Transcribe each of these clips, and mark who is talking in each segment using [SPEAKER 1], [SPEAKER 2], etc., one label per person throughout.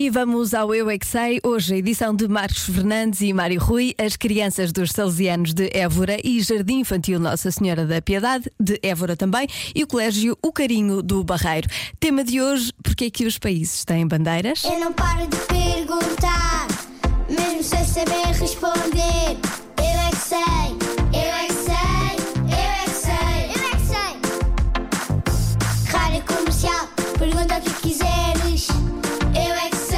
[SPEAKER 1] E vamos ao Eu é que Sei, hoje a edição de Marcos Fernandes e Mário Rui, as crianças dos Salesianos de Évora e Jardim Infantil Nossa Senhora da Piedade, de Évora também, e o Colégio O Carinho do Barreiro. Tema de hoje, porque é que os países têm bandeiras?
[SPEAKER 2] Eu não paro de perguntar, mesmo sem saber responder. Eu é que sei, eu é que sei, eu é que sei, eu é que sei. Rádio comercial, pergunta o que quiseres. Eu é que sei,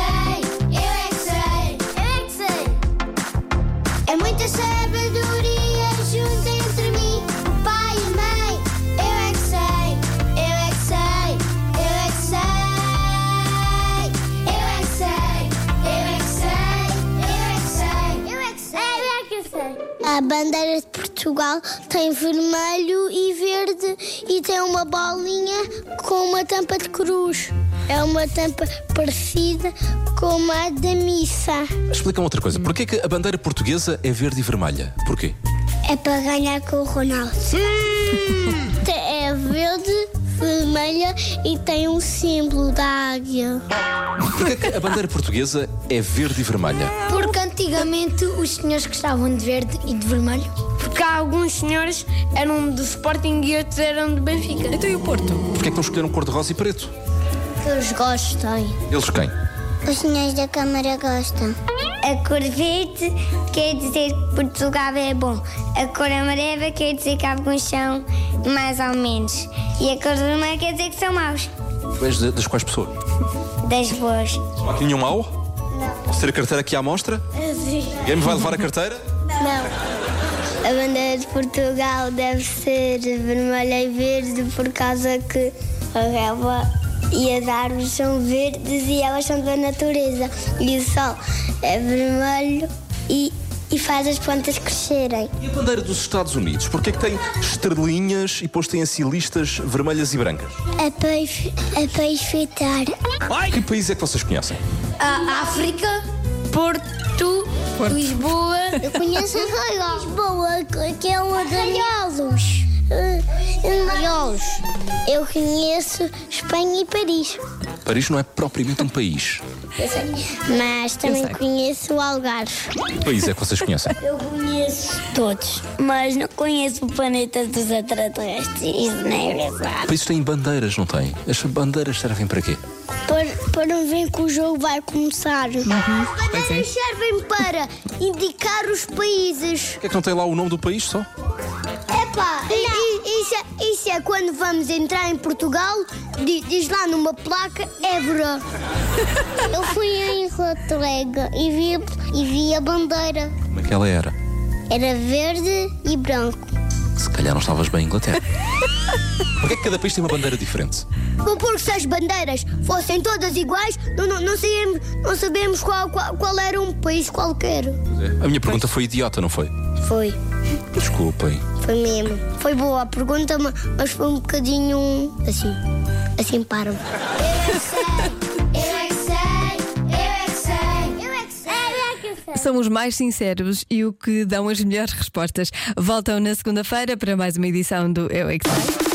[SPEAKER 2] eu é que sei, eu é que sei. É muita sabedoria junto entre mim, o pai e a mãe. Eu é que sei, eu é que sei, eu é que sei. Eu é que sei, eu é que sei, eu é que sei, eu é que sei, eu é que sei. A bandeira de Portugal tem vermelho e verde e tem uma bolinha com uma tampa de cruz. É uma tampa parecida com a da missa.
[SPEAKER 3] Explica-me outra coisa. Porquê que a bandeira portuguesa é verde e vermelha? Porquê?
[SPEAKER 2] É para ganhar com o Ronaldo.
[SPEAKER 4] Hum.
[SPEAKER 2] É verde, vermelha e tem um símbolo da águia.
[SPEAKER 3] Porquê que a bandeira portuguesa é verde e vermelha?
[SPEAKER 2] Porque antigamente os senhores gostavam de verde e de vermelho.
[SPEAKER 4] Porque há alguns senhores eram do Sporting e outros eram do Benfica.
[SPEAKER 1] Então e o Porto?
[SPEAKER 3] Porquê que não escolheram cor de rosa e preto?
[SPEAKER 2] É Que eles gostem.
[SPEAKER 3] Eles quem?
[SPEAKER 2] Os senhores da Câmara gostam. A cor verde quer dizer que Portugal é bom. A cor amarela quer dizer que alguns são mais ou menos. E a cor vermelha quer dizer que são maus.
[SPEAKER 3] Tu és de- das quais pessoas?
[SPEAKER 2] Das boas.
[SPEAKER 3] Não há aqui nenhum mau? Não. Posso ter a carteira aqui à mostra? Ninguém me vai levar a carteira?
[SPEAKER 2] Não. A bandeira de Portugal deve ser vermelha e verde por causa que a relva e as árvores são verdes e elas são da natureza. E o sol é vermelho e, e faz as plantas crescerem.
[SPEAKER 3] E a bandeira dos Estados Unidos? Porquê que tem estrelinhas e depois tem assim listas vermelhas e brancas?
[SPEAKER 2] É para, enfeitar.
[SPEAKER 3] Que país é que vocês conhecem?
[SPEAKER 4] A África, Porto, Lisboa.
[SPEAKER 2] Eu conheço arraial. Lisboa, que é um arraialos. Arraialos. Eu conheço Espanha e Paris.
[SPEAKER 3] Paris não é propriamente um país.
[SPEAKER 2] Mas também conheço o Algarve.
[SPEAKER 3] Que país é que vocês conhecem?
[SPEAKER 2] Eu conheço todos, mas não conheço o planeta dos extraterrestres. Isso não é verdade.
[SPEAKER 3] Países têm bandeiras, não têm? As bandeiras servem para quê?
[SPEAKER 2] Para, não ver que o jogo vai começar. As bandeiras servem para indicar os países.
[SPEAKER 3] Porquê que não tem lá o nome do país só?
[SPEAKER 2] Epá, i- i- isso, é- isso é quando vamos entrar em Portugal, di- diz, lá numa placa Évora. Eu fui em Inglaterra e vi, e vi a bandeira.
[SPEAKER 3] Como é que ela era?
[SPEAKER 2] Era verde e branco.
[SPEAKER 3] Se calhar não estavas bem em Inglaterra. Porquê é que cada país tem uma bandeira diferente?
[SPEAKER 2] Bom, porque se as bandeiras fossem todas iguais, não, não, não, sabemos, não sabemos qual, qual, qual era um país qualquer.
[SPEAKER 3] A minha pergunta foi idiota, não foi?
[SPEAKER 2] Foi,
[SPEAKER 3] Desculpem.
[SPEAKER 2] foi mesmo. Foi boa a pergunta, ma- mas foi um bocadinho assim, assim paro. Eu é que sei, eu é que sei, eu é que sei, eu é que sei, eu é que sei.
[SPEAKER 1] São os mais sinceros e o que dão as melhores respostas. Voltam na segunda-feira para mais uma edição do Eu é que Sei.